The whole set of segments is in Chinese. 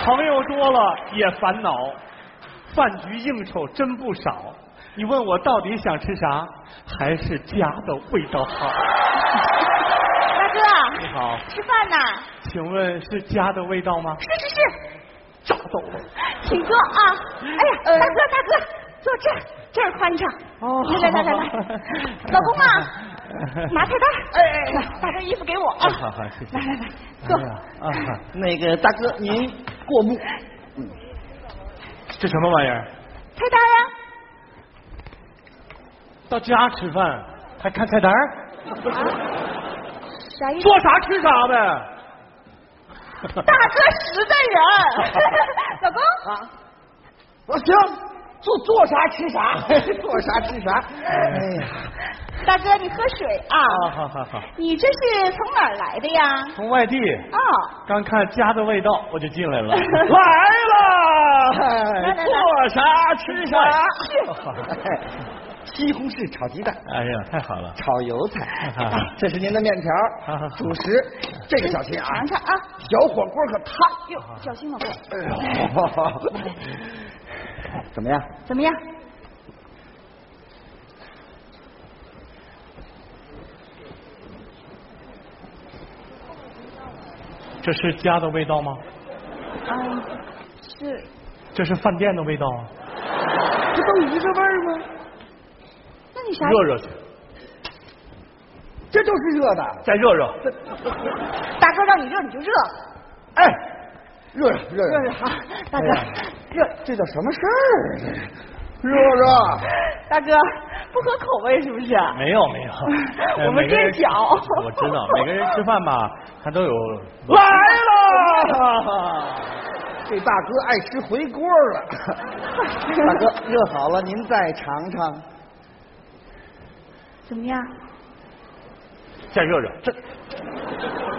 朋友多了也烦恼，饭局应酬真不少。你问我到底想吃啥，还是家的味道好。大哥，你好，吃饭呢？请问是家的味道吗？是是是，炸走了。请坐啊！哎呀，大哥大哥，坐这儿，这儿宽敞。哦来来来 来来，老公啊，拿菜单儿，哎哎，把这衣服给我啊。嗯好好谢谢来来来，哎呀坐。啊，那个大哥您过目，这什么玩意儿？菜单呀、到家吃饭还看菜单儿？啥意思？做啥吃啥呗。大哥实在 人，老公，我行，做做啥吃啥， 做啥吃啥。哎呀，大哥你喝水啊。 啊，好好好，你这是从哪儿来的呀？从外地哦，刚看家的味道，我就进来了。 来来了，来做啥吃 啥。西红柿炒鸡蛋，哎呀，太好了！炒油 菜，这是您的面 条，主食，这个小心啊，尝尝啊。小火锅可 烫。哎哟，小心老公， 怎么样？怎么样？这是家的味道吗？嗯，是这是饭店的味道吗？这都一个味儿吗？那你啥？热热去，这就是热的。再热热。大哥让你热你就热，哎，热热热热热哈，大哥，哎呀热，这叫什么事儿啊？这是热热，大哥不合口味是不啊是？没有没有，呃 我们每个人垫脚 我知道，每个人吃饭吧，他 都有。来了！这大哥爱吃回锅 了。大哥，热好了，您再尝尝。啊怎么样？再热热，这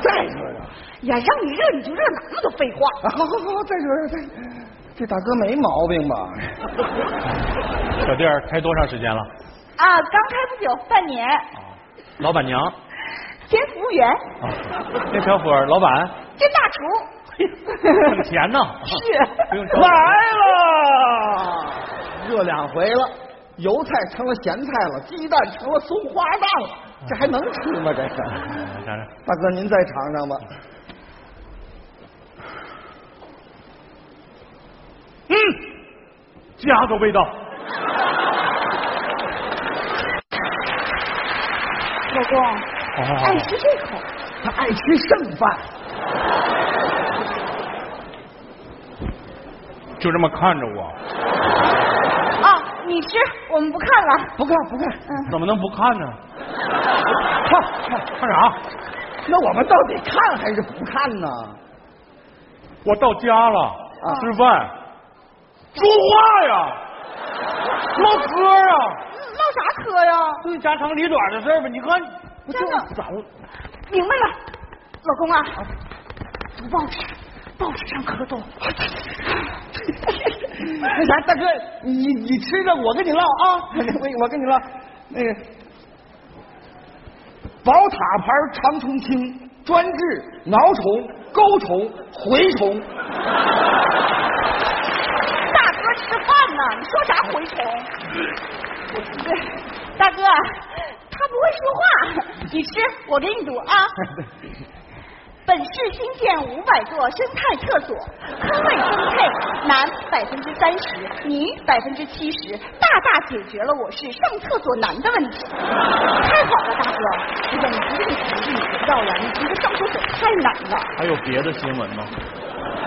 再热热，呀，让你热你就热，哪那么多废话？啊好好好，再热热，再。这大哥没毛病吧？小店儿开多长时间了？啊，刚开不久，半年，老板娘，兼服务员，啊、那小伙儿老板兼大厨挣。钱呢，不用 是。着急。来了，热两回了，油菜成了咸菜了，鸡蛋成了松花蛋了，嗯这还能吃吗？这个。哎当然大哥，您再尝尝吧。嗯，家的味道。老公，爱哦吃这口。他爱吃剩饭，就这么看着我，啊，你吃，我们不看了。不看不看，嗯怎么能不看呢？看看。看啥？那我们到底看还是不看呢？我到家了，啊吃饭，说话呀，唠嗑啊，唠嗯啥嗑呀？最家长里短的事儿吧。你看，不真的咋了？明白了，老公啊，读报纸，报纸上可 懂。那啥，大哥，你你吃着，我跟你唠啊，嗯 我我跟你唠，那个宝塔牌长虫清专治挠虫、钩虫、蛔虫。大哥吃饭呢，你说啥蛔虫？大哥，他不会说话，你吃，我给你读啊。本市新建五百座生态厕所，坑位分配男百分之三十，女百分之七十，大大解决了我市上厕所难的问题。太好了，大哥！你怎么不是你你知道呀？你觉得上厕所太难了。还有别的新闻吗？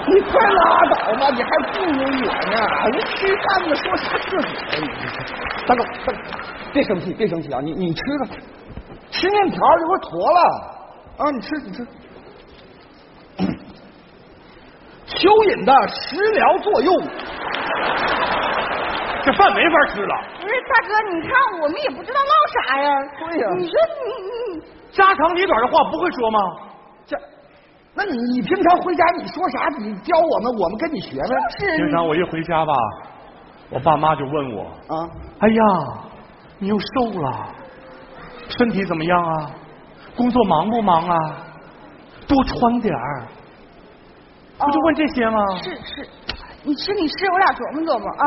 你快拉倒吧，你还不如我呢！人吃饭呢，说啥厕所？大哥，大哥，别生气，别生气啊！你你吃吧，吃面条一会儿坨了啊！你吃，你吃。 蚯蚓的食疗作用，这饭没法吃了，不是大哥，你看我们也不知道唠啥呀。对呀你说你你家长里短的话不会说吗？这，那你你平常回家你说啥？你教我们，我们跟你学呗。就是哦经常我一回家吧，我爸妈就问我，啊，哎呀，你又瘦了，身体怎么样哦啊？工作忙不忙啊？多穿点儿。不就问这些吗？是是，你吃你吃，我俩琢磨琢磨啊。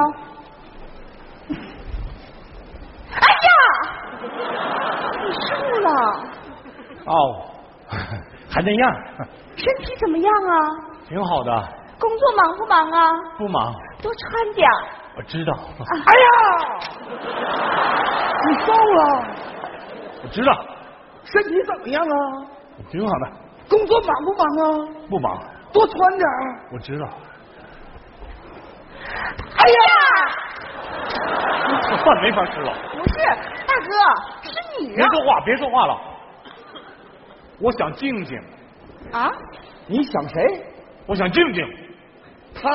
哎呀，你瘦了，哦， 还那样， 身体怎么样啊？挺好的，工作忙不忙啊？不忙。多穿点儿。我知道， 哎呀，你瘦了，我知道，身体怎么样啊？挺好的，工作忙不忙啊？不忙。多穿点儿啊。我知道， 哎呀，我饭没法吃了。不是大哥，是你别说话，别说话了。我想静静，啊啊！你想谁？我想静静他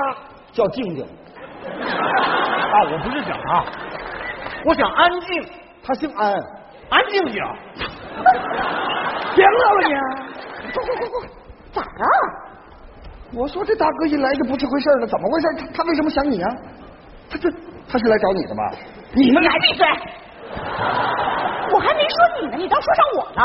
叫静静，啊！我不是想她，我想安静，他姓安。安静静。别乐了你！不不不不，咋了？我说这大哥一来就不是回事儿了，怎么回事？他他为什么想你啊？他这他是来找你的吧？你们俩，闭嘴！我还没说你呢，你倒说上我了。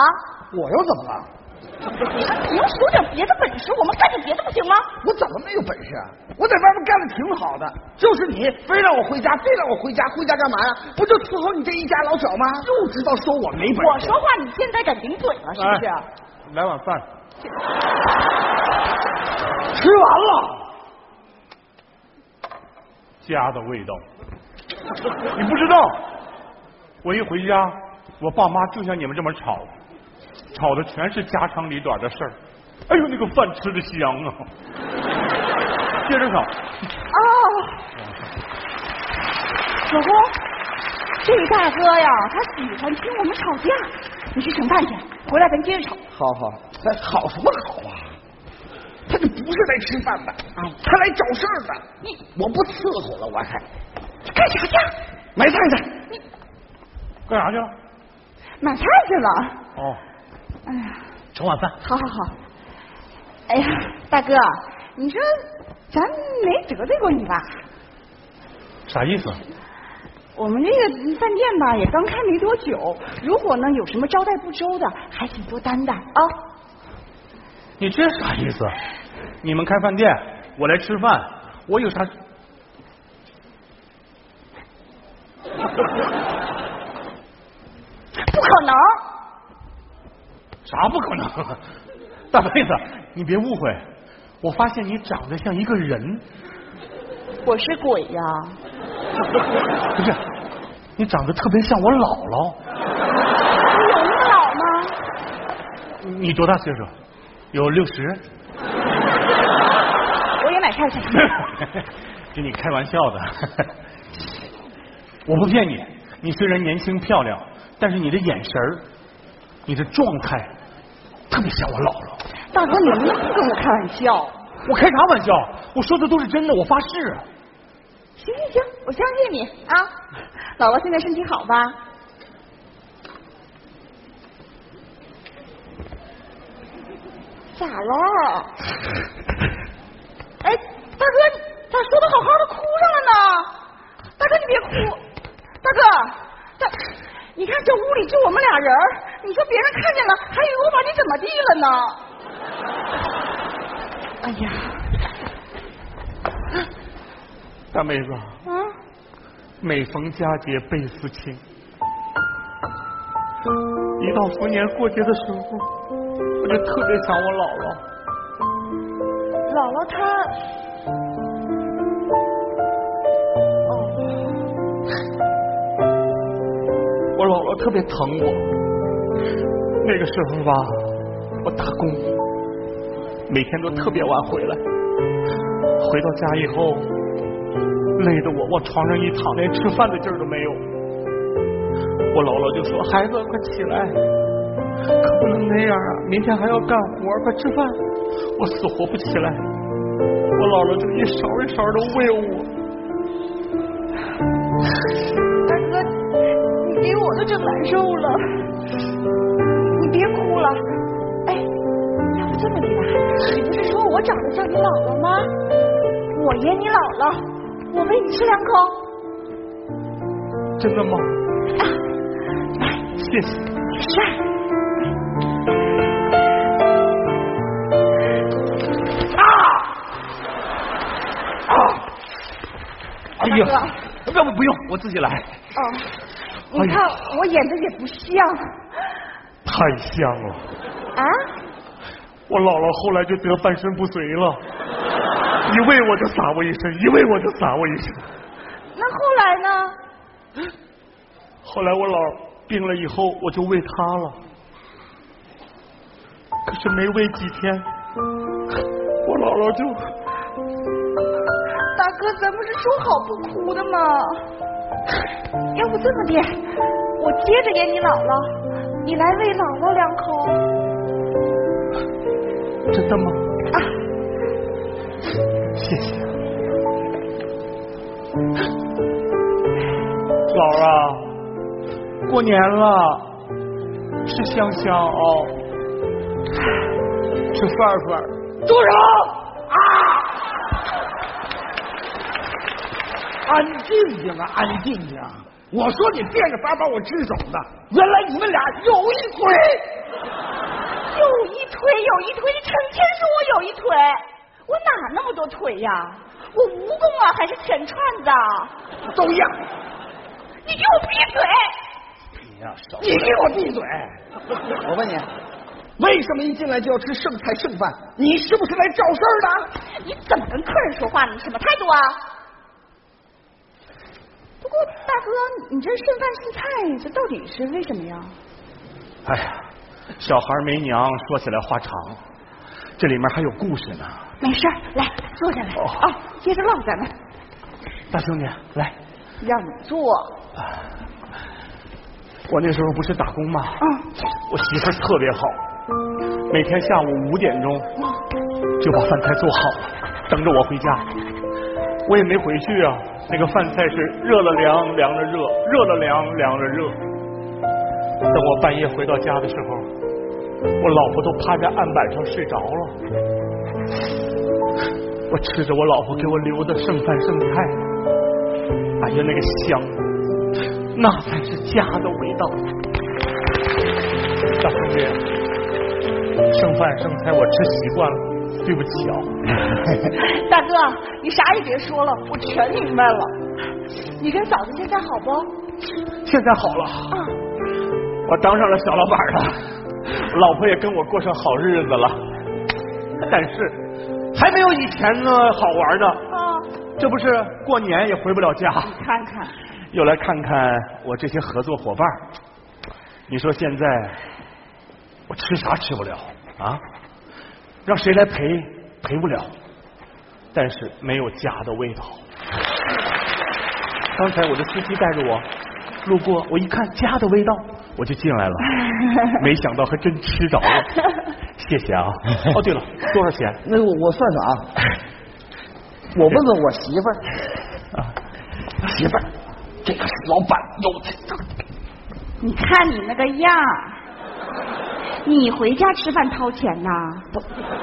我又怎么了？你们平时有点别的本事，我们干点别的不行吗？我怎么没有本事啊？我在外面干的挺好的，就是你非让我回家，非让我回家，回家干嘛呀、不就伺候你这一家老小吗？就知道说我没本事。我说话你现在敢顶嘴了是不是？哎来碗饭，吃完了，家的味道。你不知道，我一回家，我爸妈就像你们这么吵，吵的全是家长里短的事儿。哎呦，那个饭吃的香啊！接着吵，哦，老公，这位大哥呀，他喜欢听我们吵架。你去盛饭去，啊回来咱接着吵。好好，哎好什么好啊？他这不是来吃饭的，他来找事儿的。你我不伺候了，我还干啥去？买菜去。干啥去了？买菜去了。哦，哎呀，盛碗饭。好好好。哎呀，大哥，你说咱没得罪过你吧？啥意思？我们这个饭店吧也刚开没多久，如果呢有什么招待不周的，还请多担待啊。你这啥意思？你们开饭店，我来吃饭，我有啥？不可能，啥不可能？大妹子，你别误会，我发现你长得像一个人，我是鬼呀！不是？你长得特别像我姥你有那么老吗？姥。你多大岁数？有六 十？我也买菜 去。跟你开玩笑的。我不骗你，你虽然年轻漂亮，但是你的眼神儿你的状态，特别像我姥姥。大哥，你能不能不跟我开玩笑？我开啥玩笑？我说的都是真的，我发誓啊。行行行，我相信你啊！ 姥姥现在身体好吧？咋了？哎，大哥，咋说的好好的哭上了呢？大哥，你别哭，大哥，大，你看这屋里就我们俩人儿你说别人看见了，还以为我把你怎么地了呢？哎呀，大妹子，嗯。每逢佳节倍思亲。一到逢年过节的时候，我就特别想我姥姥。姥姥她，哦，我姥姥特别疼我。那个时候吧，我打工，每天都特别晚回来。回到家以后，累得我往床上一躺，连吃饭的劲儿都没有。我姥姥就说：“孩子，快起来，可不能那样啊！明天还要干活，快吃饭。”我死活不起来，我姥姥就一勺一勺的喂我。大哥，你给我都整难受了，你别哭了，哎，要不这么的吧，你不是说我长得像你姥姥吗？我演你姥姥，我喂你吃两口，真的吗？ 谢谢。是啊。啊！啊啊大哎呦哥。，不不不用，我自己来。哦，哎你呀看我演的也不像太香了，啊，我姥姥后来就得半身不遂了，一喂我就撒我一身，一喂我就撒我一身。那后来呢？后来我姥病了以后，我就喂她了，可是没喂几天，我姥姥就。大哥，咱不是说好不哭的吗？哎要不这么的，我接着演你姥姥，你来喂姥姥两口真的吗？啊！谢谢。姥儿啊，过年了，吃香香哦，吃饭饭。住手！啊！安静静啊，安静静啊！我说你变着法把我支走的，原来你们俩有一腿。有一腿有一腿，你成天说我有一腿，我哪那么多腿呀？我蜈蚣啊，还是钱串子啊？都一样。你给我闭嘴！你呀、少你给我闭嘴！我问你，为什么一进来就要吃剩菜剩饭？你是不是来找事儿的？你怎么跟客人说话呢？你什么态度啊？不过大哥，你你这剩饭剩菜，这到底是为什么呀？哎呀，小孩没娘，说起来话长，这里面还有故事呢。没事儿，来坐下来哦啊，接着唠咱们。大兄弟，来，让你坐，我那时候不是打工吗？嗯，我媳妇儿特别好，每天下午五点钟就把饭菜做好了，等着我回家。我也没回去啊，那个饭菜是热了凉，凉了热，热了凉，凉了热。等我半夜回到家的时候，我老婆都趴在案板上睡着了。我吃着我老婆给我留的剩饭剩菜，哎呀那个香，那才是家的味道。大兄弟，剩饭剩菜我吃习惯了，对不起啊。大哥，你啥也别说了，我全明白了。你跟嫂子现在好不？现在好了，我当上了小老板了，老婆也跟我过上好日子了，但是还没有以前呢好玩呢。啊，这不是过年也回不了家，看看，又来看看我这些合作伙伴儿。你说现在我吃啥吃不了啊？让谁来陪陪不了，但是没有家的味道。刚才我的司机带着我路过，我一看家的味道，我就进来了，没想到还真吃着了。谢谢啊！哦，对了，多少钱？那我我算算啊，我问问我媳妇儿，啊，媳妇儿，这个老板有的你看你那个样儿，你回家吃饭掏钱呐？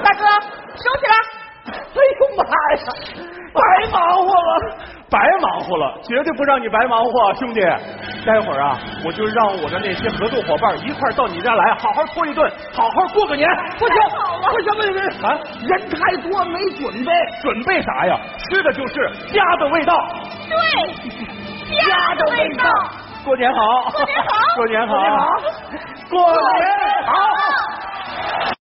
大哥，收起来。哎呦妈呀，白忙活了，白忙活了，绝对不让你白忙活，兄弟。待会儿啊，我就让我的那些合作伙伴一块儿到你家来，好好搓一顿，好好过个年。不行不行不行不行，啊，人太多没准备，准备啥呀？吃的就是家的味道。对，家的味道。过年好！过年好过年好！过年好过年好！